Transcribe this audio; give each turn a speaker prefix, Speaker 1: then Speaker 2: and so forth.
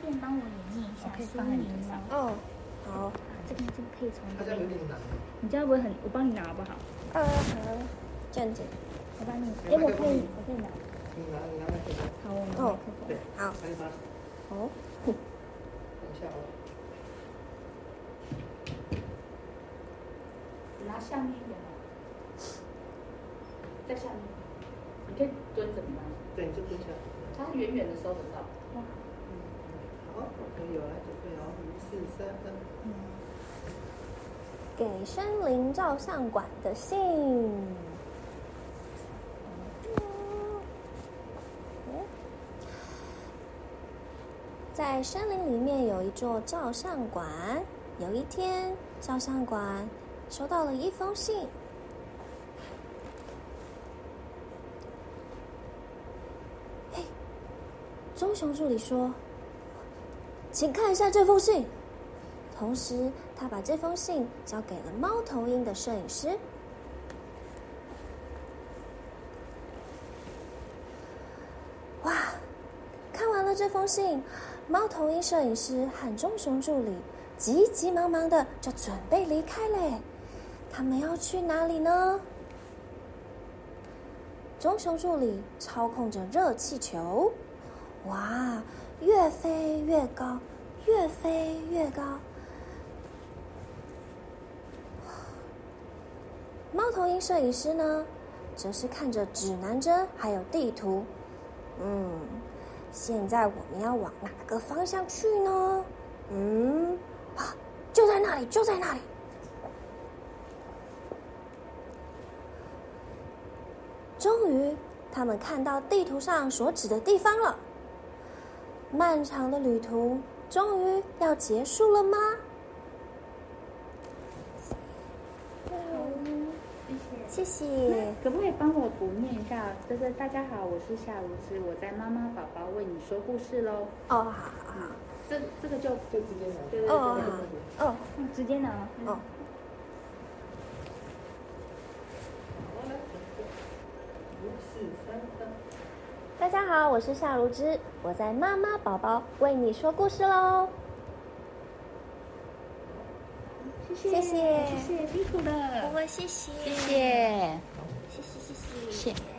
Speaker 1: 便帮我也念一下
Speaker 2: 可以
Speaker 1: 书
Speaker 2: 放在你
Speaker 1: 名
Speaker 2: 腿上
Speaker 1: 吗？
Speaker 3: 哦，好，
Speaker 1: 这个这个可以从
Speaker 4: 它
Speaker 1: 这
Speaker 4: 这样有
Speaker 1: 边，
Speaker 4: 点难。
Speaker 2: 你这样不会很？我帮你拿好不好？
Speaker 3: 呃，好，这样子，
Speaker 1: 我帮你，
Speaker 4: 哎
Speaker 1: 哎，我
Speaker 4: 麦克
Speaker 1: 可以
Speaker 4: 风
Speaker 1: 我可以拿，
Speaker 4: 你拿你拿麦克风，
Speaker 2: 好，我拿
Speaker 3: 哦
Speaker 2: 麦克风。
Speaker 4: 对，
Speaker 3: 好，
Speaker 4: 那你拿，
Speaker 3: 好，
Speaker 4: 等一下啊。
Speaker 5: 你拿下面一点哦，在下面，你可以蹲着吗？
Speaker 4: 对，你就蹲下。
Speaker 5: 它远远的收得到。
Speaker 4: 好，我可以有来准备哦，一四三三。
Speaker 3: 给森林照相馆的信。嗯在森林里面有一座照相馆。有一天，照相馆收到了一封信，嘿，棕熊助理说：“请看一下这封信。”同时，他把这封信交给了猫头鹰的摄影师。哇！看完了这封信，猫头鹰摄影师和棕熊助理急急忙忙的就准备离开嘞。他们要去哪里呢？棕熊助理操控着热气球，哇，越飞越高，越飞越高。猫头鹰摄影师呢，则是看着指南针还有地图，嗯，现在我们要往哪个方向去呢？嗯，啊，就在那里，就在那里。终于，他们看到地图上所指的地方了。漫长的旅途终于要结束了吗？谢谢。
Speaker 5: 可不可以帮我补念一下？就是大家好，我是夏如芝，我在妈妈宝宝为你说故事喽。
Speaker 3: 哦，好好好。
Speaker 5: 这这个就
Speaker 4: 就直接拿。
Speaker 5: 对对对
Speaker 3: 哦
Speaker 5: 对
Speaker 3: 好
Speaker 5: 对。
Speaker 3: 哦
Speaker 2: 嗯直接拿。
Speaker 3: 哦，
Speaker 4: 好，来，一四三三。
Speaker 3: 大家好，我是夏如芝，我在妈妈宝宝为你说故事喽。
Speaker 1: 谢
Speaker 3: 谢谢
Speaker 1: 谢谢，辛苦了。
Speaker 3: 们谢谢，
Speaker 2: 嗯谢谢。
Speaker 3: 谢谢，谢谢，谢谢。